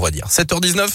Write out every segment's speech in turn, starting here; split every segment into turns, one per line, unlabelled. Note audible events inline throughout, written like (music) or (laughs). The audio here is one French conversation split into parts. va dire. 7h19.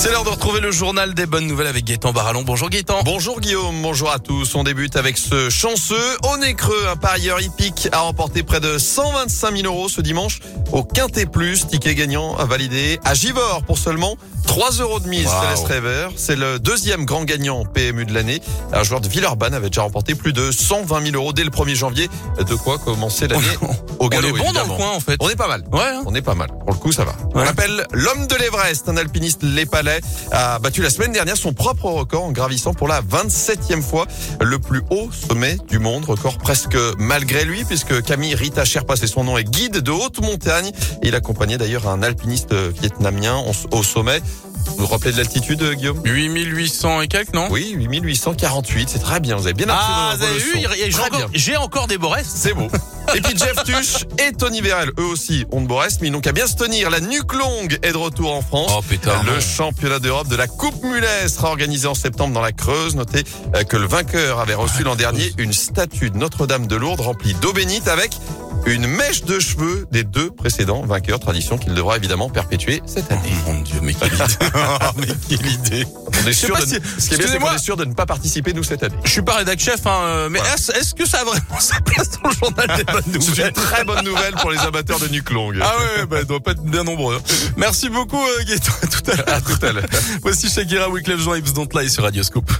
C'est l'heure de retrouver le journal des bonnes nouvelles avec Gaëtan Barallon. Bonjour Gaëtan.
Bonjour Guillaume, bonjour à tous. On débute avec ce chanceux. On est creux, un parieur hippique a remporté près de 125 000 euros ce dimanche au Quintet Plus. Ticket gagnant à valider à Givor pour seulement 3,5 euros de mise.
Wow.
Céleste Rêveur, c'est le deuxième grand gagnant PMU de l'année. Un joueur de Villeurbanne avait déjà remporté plus de 120 000 euros dès le 1er janvier. De quoi commencer l'année au
(laughs) On est
galop,
bon dans le
évidemment.
coin en fait.
On est pas mal.
Ouais. hein.
On est pas mal. Pour le coup, ça va. On
Ouais.
l'appelle l'homme de l'Everest, un alpiniste népalais, a battu la semaine dernière son propre record en gravissant pour la 27e fois le plus haut sommet du monde. Record presque malgré lui, puisque Camille Rita Sherpa, c'est son nom, est guide de haute montagne. Il accompagnait d'ailleurs un alpiniste vietnamien en- au sommet. Vous vous rappelez de l'altitude, euh, Guillaume
8800 et quelques, non
Oui, 8848, c'est très bien. Vous avez bien appris
Ah,
vos-
vous
vos
avez
leçons.
vu, il y a- j'ai
Très bien.
encore, j'ai encore des Borès.
C'est beau. Et puis Jeff Tuch et Tony Vérel, eux aussi, ont de beaux restes, mais ils n'ont qu'à bien se tenir. La nuque longue est de retour en France.
Oh putain.
Le
non.
championnat d'Europe de la Coupe Mulet sera organisé en septembre dans la Creuse. Notez euh, que le vainqueur avait reçu l'an dernier une statue de Notre-Dame de Lourdes remplie d'eau bénite avec une mèche de cheveux des deux précédents vainqueurs, tradition qu'il devra évidemment perpétuer cette année.
Oh mon dieu, mais quelle
(laughs)
idée. Oh, mais quelle idée.
On est
sais
sûr,
pas
de...
si-
ce qui est bien, c'est qu'on
excusez-moi.
est sûr de ne pas participer nous cette année.
Je suis pas rédac chef, hein, euh, mais
Voilà.
est-ce est-ce que ça a vraiment sa place dans le journal
(laughs)
des bonnes
C'est une
nouvelles
très bonne nouvelle pour les amateurs de nuque longue.
Ah ouais, bah, il doit pas être bien nombreux. hein. Merci beaucoup, euh, Gaëtan. À tout à l'heure. (laughs)
À tout à l'heure.
Voici Shakira Wyclef Jean Ibs Don't Lie sur Radioscope.